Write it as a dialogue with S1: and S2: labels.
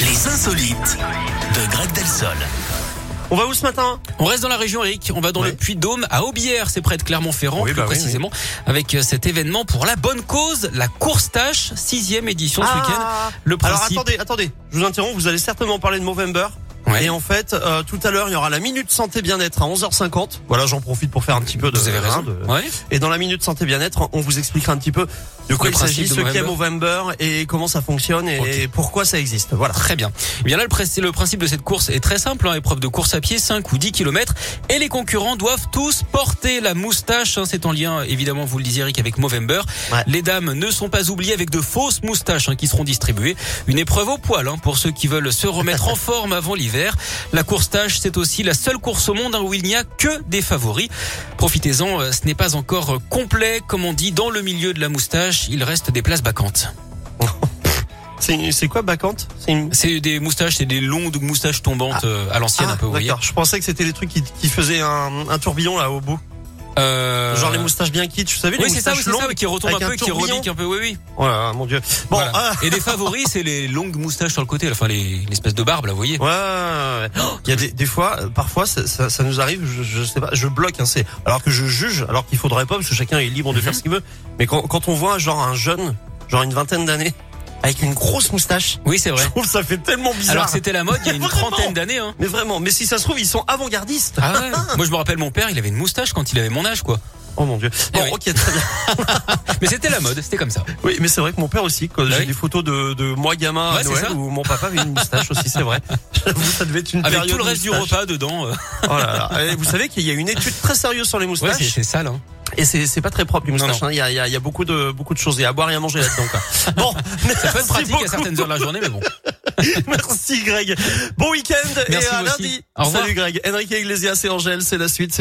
S1: Les insolites de Greg Delsol.
S2: On va où ce matin
S3: On reste dans la région, Eric. On va dans
S2: Ouais.
S3: le Puy-de-Dôme, à Aubière, c'est près de Clermont-Ferrand,
S2: Oui,
S3: plus
S2: bah oui,
S3: précisément, avec euh, cet événement pour la bonne cause, la course tâche, sixième édition ce week-end. Le
S2: Alors
S3: principe-
S2: attendez, attendez, je vous interromps, vous allez certainement parler de Movember.
S3: Ouais.
S2: Et en fait, euh, tout à l'heure, il y aura la minute santé bien-être à 11h50. Voilà, j'en profite pour faire un petit peu de.
S3: Vous avez raison.
S2: hein, de-
S3: Ouais.
S2: Et dans la minute santé bien-être, on vous expliquera un petit peu de quoi
S3: Le
S2: il s'agit,
S3: principe de
S2: ce qu'est Movember et comment ça fonctionne et
S3: Ok.
S2: pourquoi ça existe. Voilà.
S3: Très bien. Eh bien là, le, pré- le principe de cette course est très simple. hein. épreuve de course à pied, 5 ou 10 km. Et les concurrents doivent tous porter la moustache. hein. c'est en lien, évidemment, vous le disiez, Eric, avec Movember.
S2: Ouais.
S3: Les dames ne sont pas oubliées avec de fausses moustaches hein, qui seront distribuées. Une épreuve au poil hein, pour ceux qui veulent se remettre en forme avant l'hiver. La course tâche, c'est aussi la seule course au monde hein, où il n'y a que des favoris. Profitez-en, euh, ce n'est pas encore euh, complet, comme on dit, dans le milieu de la moustache. Il reste des places vacantes.
S2: C'est c'est quoi Bacante C'est une.
S3: C'est des moustaches, c'est des longues moustaches tombantes euh, à l'ancienne
S2: Ah,
S3: un peu, vous voyez.
S2: d'accord. Je pensais que c'était les trucs qui, qui faisaient un, un tourbillon là au bout.
S3: Euh,
S2: Genre les moustaches bien kitsch, vous savez les
S3: Oui, c'est ça, oui,
S2: moustaches
S3: c'est ça,
S2: longues
S3: oui, qui retombe un
S2: avec
S3: peu,
S2: un
S3: qui
S2: tourbillon.
S3: rebique un peu, oui, oui.
S2: Oh là là, mon dieu. Bon,
S3: Voilà.
S2: ah,
S3: Et les favoris, c'est les longues moustaches sur le côté, enfin les, l'espèce de barbe, là, vous voyez.
S2: Ouais, ouais, ouais. il y a des, des fois, euh, parfois, ça, ça, ça nous arrive. Je, je sais pas, je bloque. Hein, c'est alors que je juge, alors qu'il faudrait pas, parce que chacun est libre de faire ce qu'il veut. Mais quand, quand on voit genre un jeune, genre une vingtaine d'années, avec une grosse moustache,
S3: Oui, c'est vrai.
S2: je trouve que Oh, ça fait tellement bizarre.
S3: Alors que c'était la mode il y a une
S2: Vraiment.
S3: trentaine d'années, hein.
S2: Mais vraiment, mais si ça se trouve, ils sont avant-gardistes.
S3: Ah ouais. Moi, je me rappelle mon père, il avait une moustache quand il avait mon âge, quoi.
S2: Oh mon dieu.
S3: Eh
S2: Bon,
S3: oui.
S2: ok, très bien.
S3: Mais c'était la mode, c'était comme ça.
S2: Oui, mais c'est vrai que mon père aussi. Quand j'ai
S3: oui.
S2: des photos de, de moi gamin
S3: Ouais,
S2: à
S3: c'est
S2: Noël,
S3: ça.
S2: où mon papa avait une moustache aussi, c'est vrai. J'avoue, ça devait être une
S3: Avec
S2: période
S3: tout le reste du
S2: moustache.
S3: repas dedans. euh.
S2: Oh là là. Et vous savez qu'il y a une étude très sérieuse sur les
S3: Ouais,
S2: moustaches.
S3: c'est, c'est sale, hein.
S2: Et c'est c'est pas très propre les
S3: Non,
S2: moustaches. hein. Il y, a, il y a- il y a beaucoup de beaucoup de choses et à boire et à manger là-dedans. quoi. Bon,
S3: Ça peut être
S2: merci
S3: pratique
S2: beaucoup.
S3: à certaines heures de la journée, mais bon.
S2: Merci Greg. Bon week-end et
S3: Merci,
S2: à
S3: vous aussi.
S2: lundi.
S3: Au revoir.
S2: Salut Greg. Enrique Iglesias et Angèle, c'est la suite. c'est